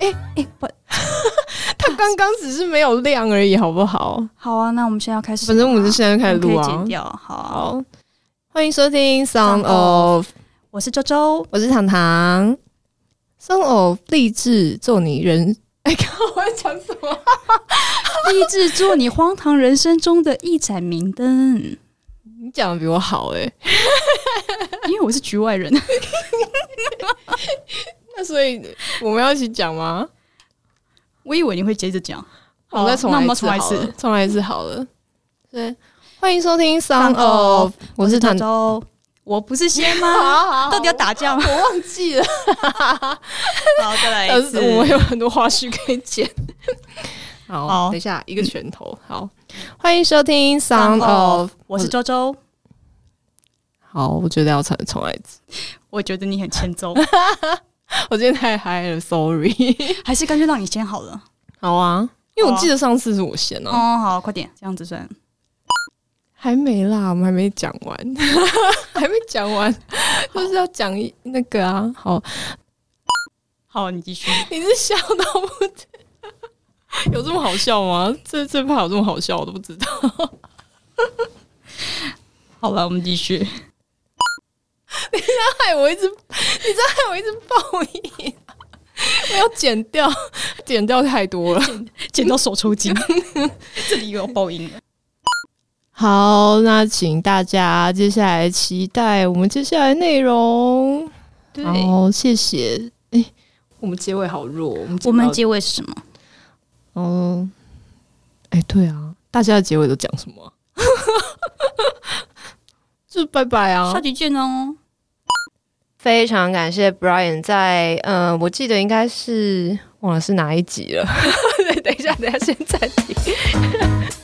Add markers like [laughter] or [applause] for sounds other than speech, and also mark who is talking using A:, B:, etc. A: 哎哎，我它刚刚只是没有亮而已，好不好？
B: 好啊，那我们现在要开始了吗，
A: 反正我们是现在开始
B: 我
A: 录
B: 们可以
A: 啊
B: 剪。掉。好啊，
A: 好，欢迎收听《Song
B: Sound
A: of》，
B: 我是周周，
A: 我是糖糖，《Song of》励志做你人。 [laughs] 哎，刚刚我在讲什么？
B: 立志做你荒唐人生中的一盏明灯。
A: 你讲的比我好哎、
B: [laughs] 因为我是局外人，
A: 那所以我们要一起讲吗？
B: [laughs] 我以为你会接着讲。
A: 啊我们再重
B: 那
A: 来
B: 我
A: 一
B: 们
A: 次
B: 重来一
A: 好
B: 次
A: 了，。重来一次好了。对，欢迎收听《Song
B: Sound
A: of》，我是
B: 周
A: 糖。
B: 周，我不是仙
A: 好
B: 吗？ [laughs]
A: 好好
B: 到底要打架吗？
A: 我忘记了。
B: 好，再来
A: 但
B: 一
A: 是
B: 次。
A: 我们有很多花絮可以
B: [laughs]
A: 剪。好，
B: 好
A: 等一下一个拳头。好，欢迎收听《Sound
B: Sound
A: of》。
B: 我是周周，
A: 好，我觉得要重重来一次。
B: 我觉得你很欠揍，
A: 我今天太嗨了，sorry。
B: [laughs] 还是干脆让你 [laughs] 先好了。
A: 好啊，因为我
B: 好啊
A: 记得上次是我先啊，
B: 哦，好，快点，这样子算。
A: 还没啦，我们还没讲完，还没讲
B: [laughs]
A: 完，就是要讲一那个啊。好，
B: 好，你继续。
A: 你是笑到不 [laughs] 知？有这么好笑吗？这这怕有这么好笑，我都不知道。
B: 好了，我们继续。
A: 害我一直， [laughs] 你知道害我一直爆音，没有剪掉，剪掉太多了。
B: 剪到手 [laughs] 抽筋，这里又要爆音了。
A: 好，那请大家接下来期待我们接下来内容。
B: 对
A: 好，谢谢。哎、我们结尾好弱，哦我们
B: 我们
A: 到
B: 结尾是什么？
A: 哦，哎、对啊，大家的结尾都讲什么啊？ [laughs] 就拜拜啊！
B: 下集见哦。
A: 非常感谢 Brian 在，呃，我记得应 [laughs] 该是忘了是哪一集了。对，等一下，等一下，先暂停。